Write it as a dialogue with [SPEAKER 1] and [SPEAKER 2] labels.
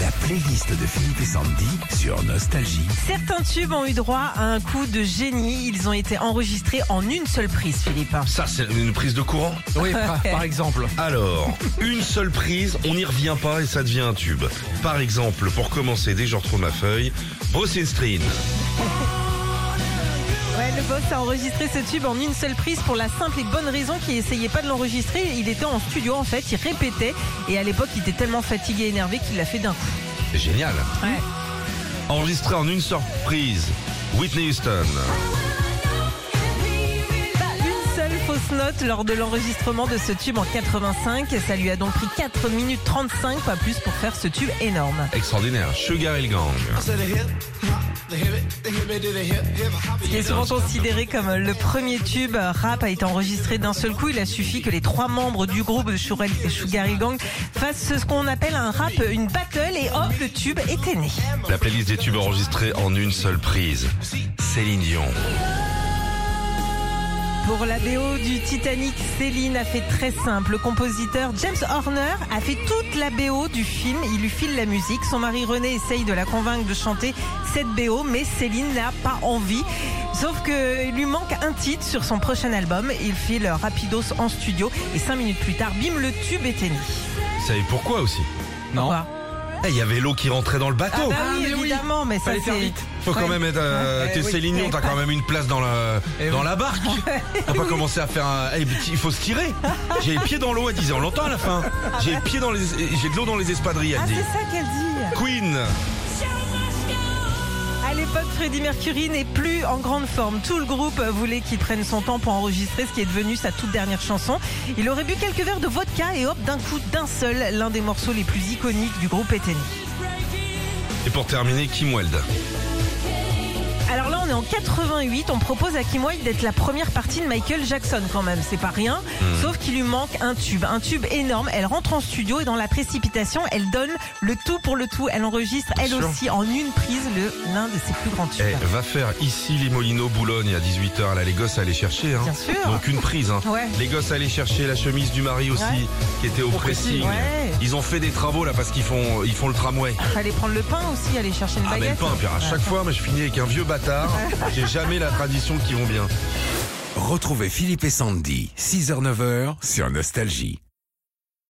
[SPEAKER 1] La playlist de Philippe et Sandy sur Nostalgie.
[SPEAKER 2] Certains tubes ont eu droit à un coup de génie. Ils ont été enregistrés en une seule prise, Philippe.
[SPEAKER 3] Ça, c'est une prise de courant
[SPEAKER 4] Oui, par, par exemple.
[SPEAKER 3] Alors, une seule prise, on n'y revient pas et ça devient un tube. Par exemple, pour commencer, dès que je retrouve ma feuille, Bruce Springsteen.
[SPEAKER 2] Ouais, le boss a enregistré ce tube en une seule prise pour la simple et bonne raison qu'il essayait pas de l'enregistrer. Il était en studio, en fait, il répétait. Et à l'époque, il était tellement fatigué et énervé qu'il l'a fait d'un coup.
[SPEAKER 3] C'est génial.
[SPEAKER 2] Ouais.
[SPEAKER 3] Enregistré en une surprise, Whitney Houston.
[SPEAKER 2] Pas une seule fausse note lors de l'enregistrement de ce tube en 85. Ça lui a donc pris 4 minutes 35, pas plus, pour faire ce tube énorme.
[SPEAKER 3] Extraordinaire, Sugar El Gang.
[SPEAKER 2] Il est souvent considéré comme le premier tube rap a été enregistré d'un seul coup. Il a suffi que les trois membres du groupe Shurel- Sugar Hill Gang fassent ce qu'on appelle un rap, une battle, et hop, le tube était né.
[SPEAKER 3] La playlist des tubes enregistrés en une seule prise, Céline Dion.
[SPEAKER 2] Pour la BO du Titanic, Céline a fait très simple. Le compositeur James Horner a fait toute la BO du film. Il lui file la musique. Son mari René essaye de la convaincre de chanter cette BO, mais Céline n'a pas envie. Sauf que il lui manque un titre sur son prochain album. Il file Rapidos en studio et cinq minutes plus tard, bim, le tube est éteint.
[SPEAKER 3] Vous savez pourquoi aussi
[SPEAKER 4] Non.
[SPEAKER 2] Pourquoi
[SPEAKER 3] Eh, Il y avait l'eau qui rentrait dans le
[SPEAKER 2] Ah
[SPEAKER 3] bateau.
[SPEAKER 2] bah oui,
[SPEAKER 4] Oh. mais oui.
[SPEAKER 2] évidemment, mais ça
[SPEAKER 4] Fallait faire
[SPEAKER 2] c'est.
[SPEAKER 4] vite.
[SPEAKER 3] Faut quand
[SPEAKER 2] Ouais. Eh
[SPEAKER 3] même être. euh,
[SPEAKER 4] Ouais,
[SPEAKER 3] t'es
[SPEAKER 4] oui.
[SPEAKER 3] Céline Dion, t'as quand même une place dans la,
[SPEAKER 4] Eh
[SPEAKER 3] dans
[SPEAKER 4] oui.
[SPEAKER 3] la barque. T'as pas commencé à faire un. eh, petit, il faut se tirer. J'ai les pieds dans l'eau, elle disait. On l'entend à la fin. J'ai les pieds dans les. J'ai de l'eau dans les espadrilles,
[SPEAKER 2] Ah,
[SPEAKER 3] elle dit.
[SPEAKER 2] c'est ça qu'elle dit.
[SPEAKER 3] Queen.
[SPEAKER 2] À l'époque, Freddie Mercury n'est plus en grande forme. Tout le groupe voulait qu'il prenne son temps pour enregistrer ce qui est devenu sa toute dernière chanson. Il aurait bu quelques verres de vodka et hop, d'un coup, d'un seul, l'un des morceaux les plus iconiques du groupe est né.
[SPEAKER 3] Et pour terminer, Kim Weld.
[SPEAKER 2] Ah, Alors là, on est en 88. On propose à Kim Wilde d'être la première partie de Michael Jackson quand même. C'est pas rien.
[SPEAKER 3] Hmm.
[SPEAKER 2] Sauf qu'il lui manque un tube. Un tube énorme. Elle rentre en studio et dans la précipitation, elle donne le tout pour le tout. Elle enregistre elle
[SPEAKER 3] sûr.
[SPEAKER 2] aussi en une prise le- l'un de ses plus grands tubes.
[SPEAKER 3] Eh, va faire ici les Molinos Boulogne à 18h. Là, les gosses à aller chercher. Hein.
[SPEAKER 2] Bien sûr.
[SPEAKER 3] Donc une prise. Hein.
[SPEAKER 2] Ouais.
[SPEAKER 3] Les gosses à aller chercher la chemise du mari aussi,
[SPEAKER 2] Ouais.
[SPEAKER 3] qui était au pressing.
[SPEAKER 2] Ouais.
[SPEAKER 3] Ils ont fait des travaux là parce qu'ils font, ils font le tramway.
[SPEAKER 2] Fallait prendre le pain aussi, aller chercher une
[SPEAKER 3] Ah, mais le
[SPEAKER 2] baguette.
[SPEAKER 3] pain, Pierre, à chaque fois, moi, je finis avec un vieux bâtard. J'ai jamais la tradition qui vont bien.
[SPEAKER 1] Retrouvez Philippe et Sandy, 6h-9h sur Nostalgie.